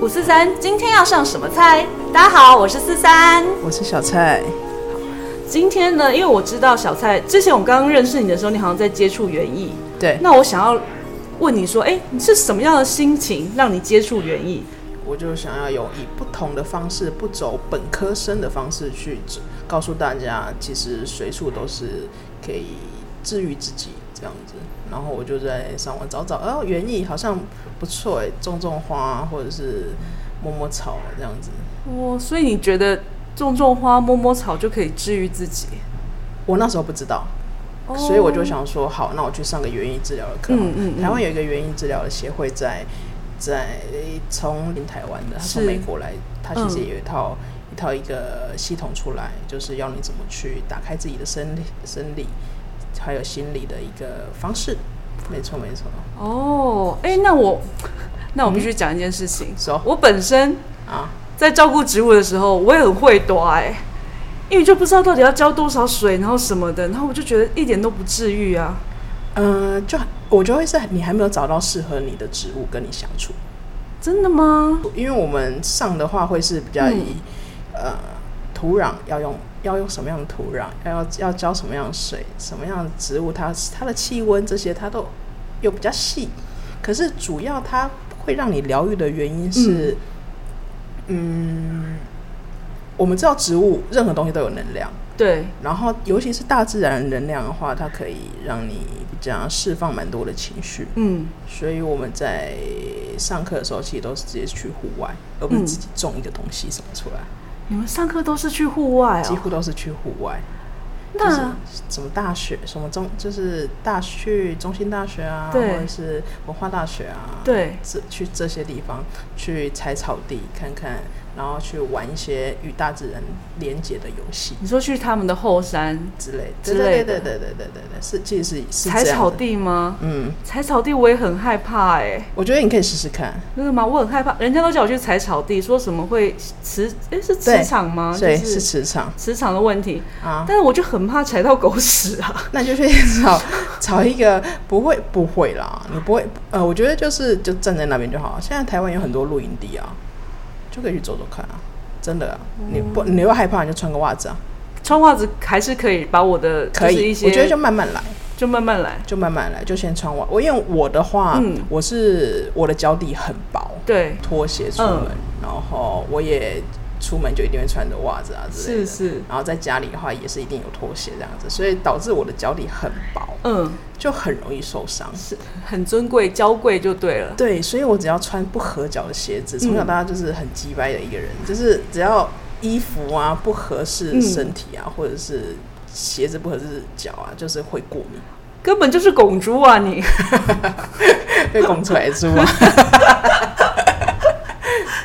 五四三，今天要上什么菜？大家好，我是四三。我是小蔡，今天呢，因为我知道小蔡，之前我刚刚认识你的时候，你好像在接触园艺。对，那我想要问你说，哎、你是什么样的心情让你接触园艺？我就想要有以不同的方式，不走本科生的方式去指告诉大家，其实随处都是可以治愈自己这样子。然后我就在上网找找，哦，园艺好像不错诶，种种花或者是摸摸草这样子。哦，所以你觉得种种花、摸摸草就可以治愈自己？我那时候不知道，哦所以我就，想说，好，那我去上个园艺治疗的课。嗯嗯嗯台湾有一个园艺治疗的协会在，在从台湾的，他从是美国来，他其实嗯也有一套、一套一个系统出来，就是要你怎么去打开自己的生理、生理还有心理的一个方式。没错，没错。哦，哎、那我，那我必须讲一件事情，说我本身啊，在照顾植物的时候，我也很会抓哎、因为就不知道到底要浇多少水，然后什么的，然后我就觉得一点都不治愈啊。嗯、就我就会是你还没有找到适合你的植物跟你相处。真的吗？因为我们上的话会是比较以、呃土壤要用要用什么样的土壤，要要浇什么样的水，什么样的植物，它它的气温这些它都有比较细。可是主要它会让你疗愈的原因是，嗯我们知道植物任何东西都有能量，对，然后尤其是大自然的能量的话，它可以让你比较释放蛮多的情绪。嗯，所以我们在上课的时候，其实都是直接去户外，而不是自己种一个东西什么出来，你们上课都是去户外几哦。乎都是去户外。就是那什么大学，什么中，就是大去中心大学啊，或对者是文化大学啊，，对，这去这些地方去踩草地看看，然后去玩一些与大自然连接的游戏你说去他们的后山之类的。之对类对的对对对对对对，是其实是是踩这样草的。地吗？嗯，踩草地我也很害怕哎、我觉得你可以试试看。真的吗？我很害怕，人家都叫我去踩草地，说什么会磁，哎、是对磁场吗？就对，是是磁场磁场的问题，啊。但是我就很怕踩到狗屎啊。 那就去找找一个不会不会啦，你不会呃，我觉得就是就站在那边就好。现在台湾有很多露营地啊，就可以去走走看啊，真的啊，你不你又害怕，你就穿个袜子啊，穿袜子还是可以把我的可就是以一，些，我觉得就慢慢来，就慢慢来。就慢慢来，就先穿袜。我因为我的话，嗯我是我的脚底很薄，对，拖鞋出门，然后我也出门就一定会穿着袜子啊之类是的。是，然后在家里的话也是一定有拖鞋这样子，所以导致我的脚底很薄，嗯，就很容易受伤。是很尊贵、娇贵就对了。对，所以我只要穿不合脚的鞋子，嗯从小到大就是很鸡掰的一个人，就是只要衣服啊不合适嗯身体啊，或者是鞋子不合适脚啊，就是会过 敏，根本就是拱猪啊你！被拱出来 猪啊。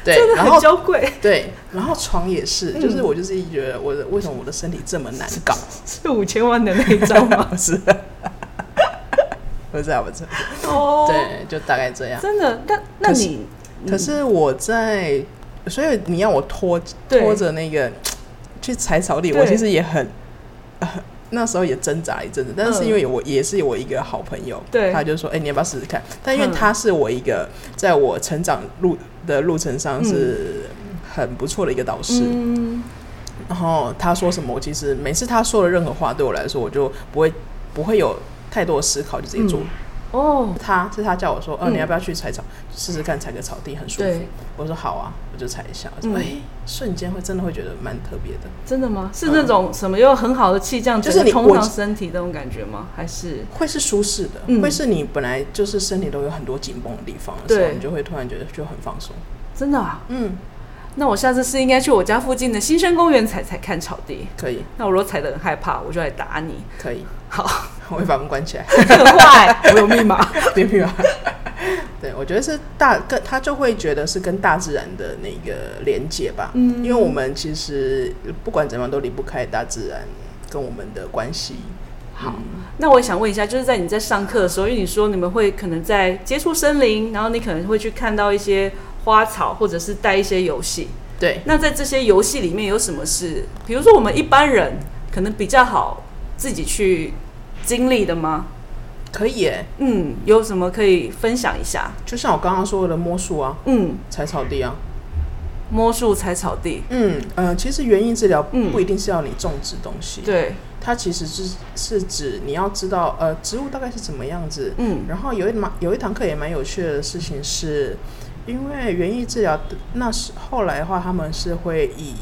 对， 真的然后很娇贵，对，然后床也是，就是我就是觉得我的为什么我的身体这么难搞，是五千万的那 一张吗？不是，不是啊，不是，哦，，对，就大概这样。真的。那那可是你可是我在，所以你要我拖对拖着那个去踩草地，对我其实也很、呃那时候也挣扎一阵子，但是嗯因为我、也是我一个好朋友，对他就说，哎、你要不要试试看？但因为嗯他是我一个在我成长路的路程上是很不错的一个导师，嗯，然后他说什么，我其实每次他说的任何话对我来说，我就不会不会有太多的思考，就直接做。哦，他是他叫我说，呃，嗯你要不要去踩草，试试看踩个草地很舒服对。我说好啊，我就踩一下。嗯哎、瞬间会真的会觉得蛮特别的，真的吗？是那种什么又很好的气降，嗯就整是个你冲我上身体那种感觉吗？还是会是舒适的，嗯会是你本来就是身体都有很多紧绷的地方的时候，对你就会突然觉得就很放松。真的啊？嗯，那我下次是应该去我家附近的新生公园踩踩看草地。可以，那我如果踩得很害怕，我就来打你， 可以。好， 我会把门关起来，很坏，我有密码。别密码。 对，我觉得是大跟他就会觉得是跟大自然的那个连接吧。嗯因为我们其实不管怎么样都离不开大自然跟我们的关系。好，那我也想问一下，就是在你在上课的时候，因为你说你们会可能在接触森林，然后你可能会去看到一些花草，或者是带一些游戏。对，那在这些游戏里面有什么是，比如说我们一般人可能比较好自己去经历的吗？可以耶，嗯，有什么可以分享一下？就像我刚刚说的摸树啊，嗯，踩草地啊，摸树踩草地，嗯呃，其实园艺治疗嗯不一定是要你种植东西，对，它其实是是指你要知道呃植物大概是怎么样子。嗯然后有一蛮有一堂课也蛮有趣的事情是，因为园艺治疗的那时后来的话，他们是会以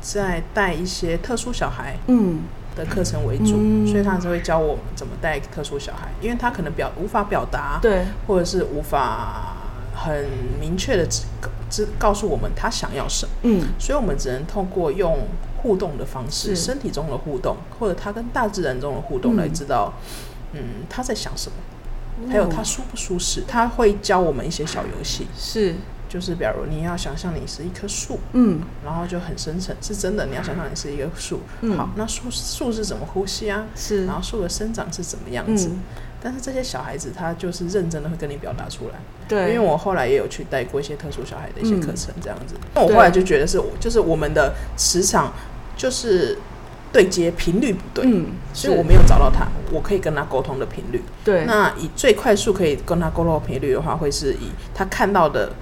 在带一些特殊小孩嗯的课程为主，嗯所以他是会教我们怎么带特殊小孩，因为他可能表无法表达，对，或者是无法很明确的知告诉我们他想要什么。嗯所以我们只能透过用互动的方式，是身体中的互动，或者他跟大自然中的互动嗯来知道，嗯他在想什么，哦还有他舒不舒适。他会教我们一些小游戏，是，就是比如你要想象你是一棵树，嗯然后就很深层，是真的，你要想象你是一棵树。嗯好，那树树是怎么呼吸啊？是然，后树的生长是怎么样子？嗯但是这些小孩子他就是认真的会跟你表达出来。对，因为我后来也有去带过一些特殊小孩的一些嗯课程，这样子。那、我后来就觉得是我，就是我们的磁场就是对接频率不对，嗯，所以是我没有找到他，我可以跟他沟通的频率。对，那以最快速可以跟他沟通的频率的话，会是以他看到的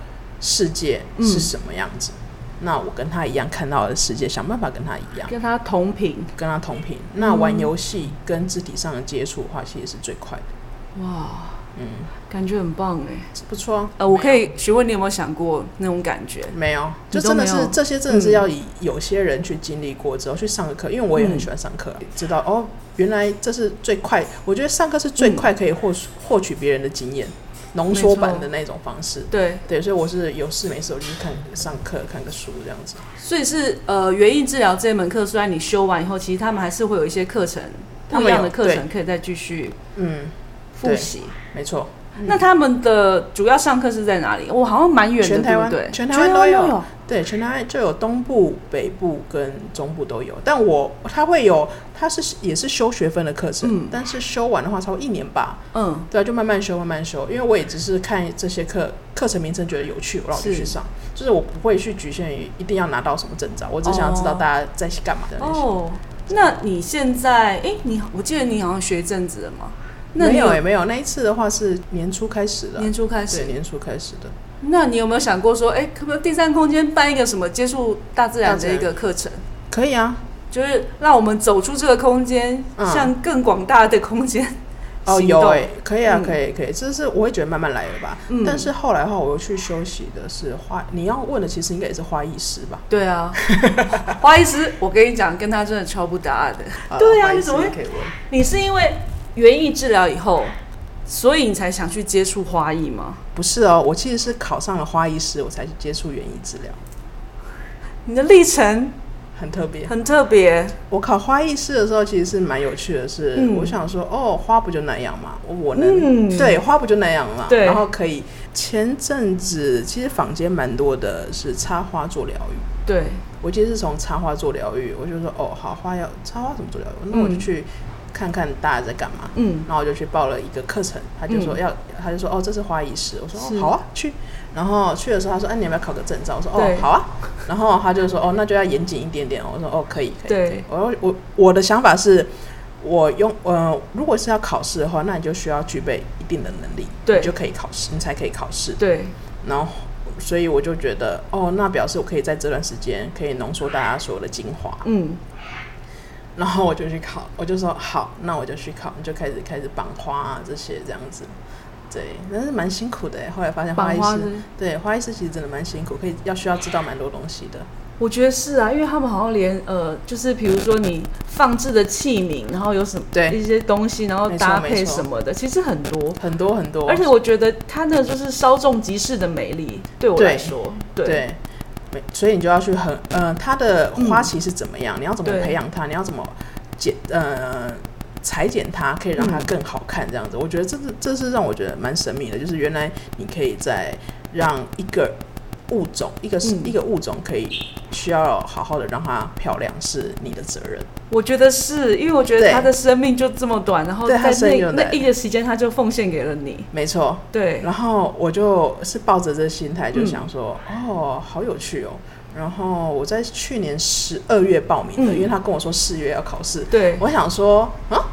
世界是什么样子，嗯那我跟他一样看到的世界，想办法跟他一样。跟他同频，跟他同频，那玩游戏跟肢体上的接触的话，其实是最快的，哇，嗯，感觉很棒哎。不错啊。呃，我可以询问你有没有想过那种感觉？没有，你就都真的没是有嗯这些，真的是要以有些人去经历过之后去上个课，因为我也很喜欢上课，知道嗯哦，原来这是最快，我觉得上课是最快可以获、取获取别人的经验，浓缩版的那种方式。对，对，所以我是有事没事我就去看上课看个书这样子。所以是呃，园艺治疗这一门课，虽然你修完以后，其实他们还是会有一些课程，他不们一样有的课程可以再继续嗯，复习。嗯没错，那他们的主要上课是在哪里？我好像蛮远的，全台湾对不对？全台湾都有全对，全台湾就有东部、北部跟中部都有，但我它会有，它是也是修学分的课程，嗯但是修完的话超过一年吧，嗯，对啊，就慢慢修，慢慢修。因为我也只是看这些课课程名称觉得有趣，我让我是去上。就是我不会去局限于一定要拿到什么证照，我只想要知道哦大家在干嘛的那些。哦，那你现在，哎，你我记得你好像学一阵子了嘛？那没你有欸也没有，那一次的话是年初开始的啊，年初开对，始，年初开始的。那你有没有想过说，哎，可不可以第三空间办一个什么接触大自然的一个课程？可以啊，就是让我们走出这个空间，嗯向更广大的空间 哦，行有动哎、可以啊，嗯可以，可以，这是我会觉得慢慢来的吧。嗯但是后来的话，我又去休息的是花，你要问的其实应该也是花艺师吧？对啊，花医师，我跟你讲，跟他真的超不搭的。呃对啊花艺你师怎么也会可以问？你是因为园艺治疗以后，所以你才想去接触花艺吗？不是哦，我其实是考上了花艺师，我才去接触园艺治疗，你的历程很特别。很特别，我考花艺师的时候，其实是蛮有趣的是，嗯我想说，哦，花不就那样嘛，我能、嗯对花不就那样嘛，对然后可以。前阵子其实坊间蛮多的是插花做疗愈，对，我记得是从插花做疗愈，我就说，哦，好，花要插花怎么做疗愈？那我就嗯去看看大家在干嘛。嗯，然后我就去报了一个课程，他就说嗯要，他就说哦，这是花艺师，我说是哦好啊，去。然后去的时候他说，哎、你要不要考个证照？我说对哦好啊。然后他就说哦，那就要严谨一点点哦。我说哦可以可以对可以。我我我的想法是，我用呃，如果是要考试的话，那你就需要具备一定的能力，对你就可以考试，你才可以考试。对，然后所以我就觉得哦，那表示我可以在这段时间可以浓缩大家所有的精华。嗯，然后我就去考，我就说好，那我就去考，就开始开始绑花啊这些这样子，对，但是蛮辛苦的欸。后来发现花绑艺花师，的，对花艺师其实真的蛮辛苦，可以要需要知道蛮多东西的。我觉得是啊，因为他们好像连呃，就是比如说你放置的器皿，然后有什么对一些东西，然后没错搭配没错什么的，其实很多。很多很多，而且我觉得它那个就是稍纵即逝的美丽，对我对来说，对，对，没所以你就要去很呃，它的花期是怎么样，你要怎么嗯对培养它，你要怎么剪呃裁剪它，可以让它嗯更好看这样子。我觉得这是这是让我觉得蛮神秘的，就是原来你可以在让一个物种，一个是、嗯一个物种可以需要好好的让它漂亮，是你的责任。我觉得是因为我觉得对他的生命就这么短，然后对在他生命那就那短一个时间他就奉献给了你，没错，对，然后我就是抱着这心态，就嗯想说，哦，好有趣哦。然后我在去年十二月报名的，嗯因为他跟我说四月要考试，对，我想说啊，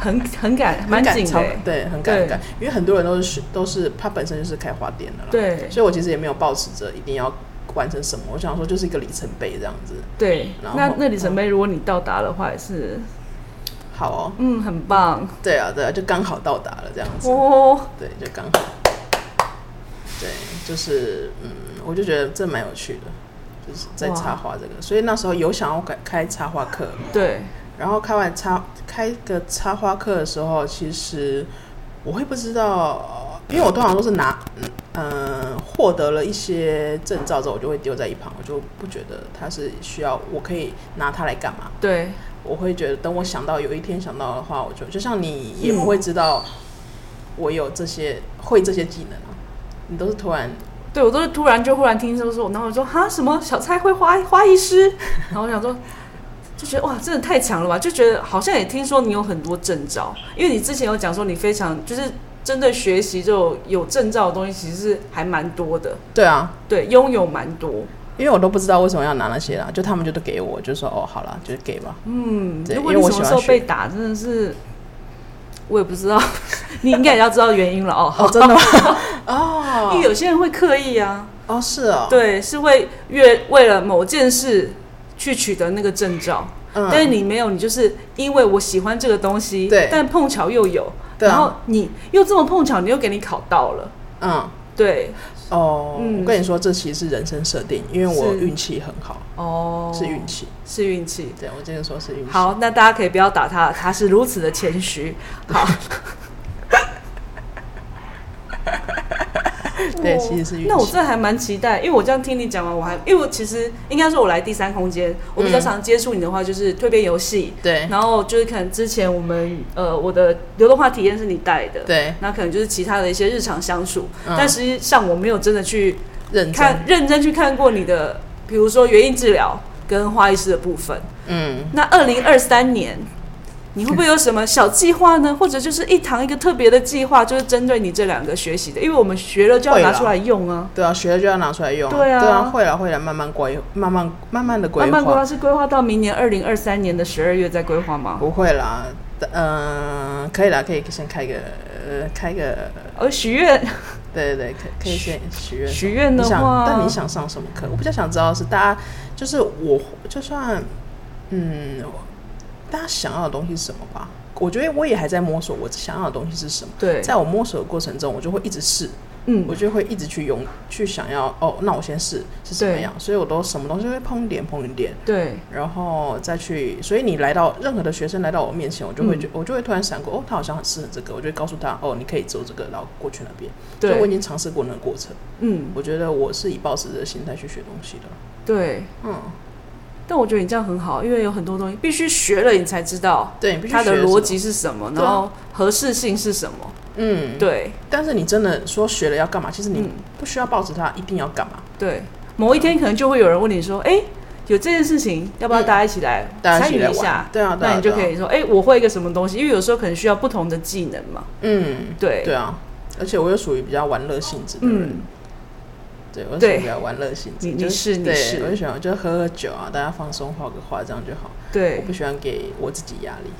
很很赶，蛮很赶紧超的欸，对，很赶对赶，因为很多人都是学都是他本身就是开花店的啦，，对所以我其实也没有抱持着一定要完成什么，我想说就是一个里程碑这样子，对。然后嗯那那里程碑，如果你到达的话，也是好哦，嗯，很 棒对啊，对啊，就刚好到达了这样子，哦。对，就刚好，对，就是嗯，我就觉得这蛮有趣的，就是在哇插画这个，所以那时候有想要开开插画课，对，然后开完插开个插花课的时候，其实我会不知道，因为我通常都是拿嗯获、得了一些证照之后，我就会丢在一旁，我就不觉得它是需要，我可以拿它来干嘛？对，我会觉得等我想到有一天想到的话，我就就像你也不会知道我有这些会这些技能啊，你都是突然对我都是突然就忽然听说说，然后我说哈什么小蔡会花花艺师， 然后我想说就觉得哇真的太强了吧，就觉得好像也听说你有很多证照，因为你之前有讲说你非常就是针对学习就有证照的东西，其实是还蛮多的，对啊，对，拥有蛮多。因为我都不知道为什么要拿那些啦，就他们就都给我，就说哦好啦，就给 吧，嗯，对如果因你为我什么喜时欢候被学打，真的是我也不知道， 你应该也要知道原因了 哦。哦真的吗？因为有些人会刻意啊，哦是哦，对，是为越为了某件事去取得那个证照。 嗯但是你没有，你就是因为我喜欢这个东西，对但碰巧又有，对啊然后你又这么碰巧，你又给你考到了，嗯，对，哦，嗯我跟你说，这其实是人生设定，因为我是运气很好，哦，是运，气。是运气。对我这个说是运气。，好，那大家可以不要打他，他是如此的谦虚。好， 对哦其实是运气那我真的还蛮期待，因为我这样听你讲完，我还因为我其实应该说，我来第三空间，我比较嗯常接触你的话就是蜕变游戏，对然后就是可能之前我们呃我的流动化体验是你带的，，对，那可能就是其他的一些日常相处，嗯但实际上我没有真的去认看真。认真去看过你的，比如说园艺治疗跟花艺师的部分。嗯，那二零二三年，你会不会有什么小计划呢？ 或者就是一堂一个特别的计划，就是针对你这两个学习的，因为我们学了就要会啦拿出来用啊。对啊，学了就要拿出来用。对啊对啊，会了会了，慢慢规，慢慢慢慢的规慢慢规划划。是规划到明年二零二三年的十二月再规划吗？不会啦，嗯、可以啦，可以先开个，呃、开个，而许愿对对对，可可以先许愿。许愿你的想，话，但你想上什么课？我比较想知道是大家，就是我就算，嗯，大家想要的东西是什么吧。我觉得我也还在摸索我想要的东西是什么。对，在我摸索的过程中，我就会一直试，嗯我，就会一直去用，去想要哦，那我先试是什么对样，所以我都什么东西会碰一点碰一点，对，然后再去。所以你来到任何的学生来到我面前，我就会嗯觉、我就会突然闪过，哦，他好像很适合这个，我就会告诉他，哦，你可以走这个，然后过去那边。所以我对，已经尝试过那个过程。嗯，我觉得我是以抱持的心态去学东西的。对。嗯，但我觉得你这样很好，因为有很多东西必须学了你才知道对，你必须它学的什么逻。辑是什么，对啊然后合适性是什么。嗯，。对但是你真的说学了要干嘛？其实你嗯不需要抱持它一定要干嘛。对，某一天可能就会有人问你说：“哎、有这件事情，要不要嗯大家一起来大家参一起与来一玩下。，对啊，对啊，那你就对啊可以说：“哎、我会一个什么东西？”因为有时候可能需要不同的技能嘛。嗯，对，对啊，而且我又属于比较玩乐性质的人，嗯，对我属于对比较玩乐性质，你就你是你对，是我就喜欢就喝喝酒啊，大家放松画个画这样就好。我对，不喜欢给我自己压力，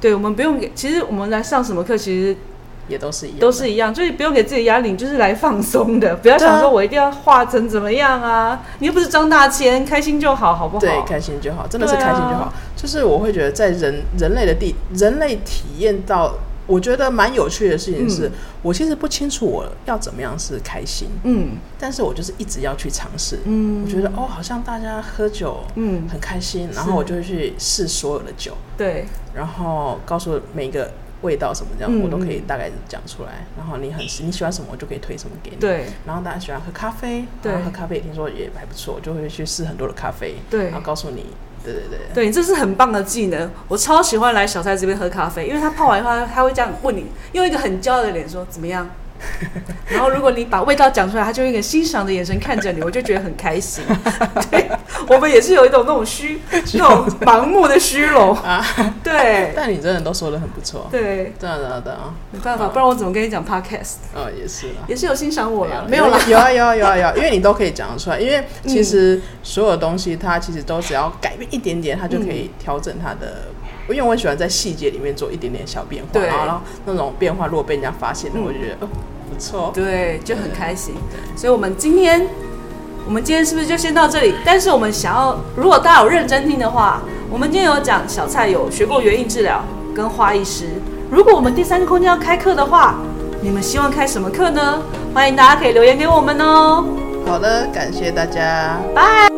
对，我们不用给，其实我们来上什么课，其实也都是一样的，都是一样，就是不用给自己压力，你就是来放松的，不要对啊想说我一定要画成怎么样啊，你又不是张大千，开心就好，好不好？对，开心就好，真的是对啊开心就好。就是我会觉得在人人类的地，人类体验到。我觉得蛮有趣的事情是，我其实不清楚我要怎么样是开心，嗯但是我就是一直要去尝试。我嗯觉得哦，好像大家喝酒嗯，很开心，然后我就会去试所有的酒，对然后告诉每一个味道什么这样，嗯我都可以大概讲出来。然后你很你喜欢什么，我就可以推什么给你。。对然后大家喜欢喝咖啡，对然后喝咖啡也听说也还不错，我就会去试很多的咖啡，对然后告诉你，对对对，对，这是很棒的技能，我超喜欢来小蔡这边喝咖啡，因为他泡完以后，他他会这样问你，用一个很骄傲的脸说怎么样， 然后如果你把味道讲出来，他就用一个欣赏的眼神看着你，我就觉得很开心。 对，我们也是有一种那种 虚、那种盲目的虚荣啊。对 但你真的都说的很不错，对，对啊对啊对啊，没办法，不然我怎么跟你讲 podcast？哦也是啦。也是有欣赏我啦，没有有啦。嗯有啊有啊有啊有啊，因为你都可以讲得出来，因为其实所有东西它其实都只要改变一点点，它就可以调整它的。因为我很喜欢在细节里面做一点点小变化，对嗯然后然后那种变化如果被人家发现，那我就觉得、哦不错。对，就很开心。所以，我们今天，我们今天是不是就先到这里？但是，我们想要，如果大家有认真听的话，我们今天有讲小蔡有学过园艺治疗跟花艺师。如果我们第三个空间要开课的话，你们希望开什么课呢？欢迎大家可以留言给我们哦。好的，感谢大家。拜。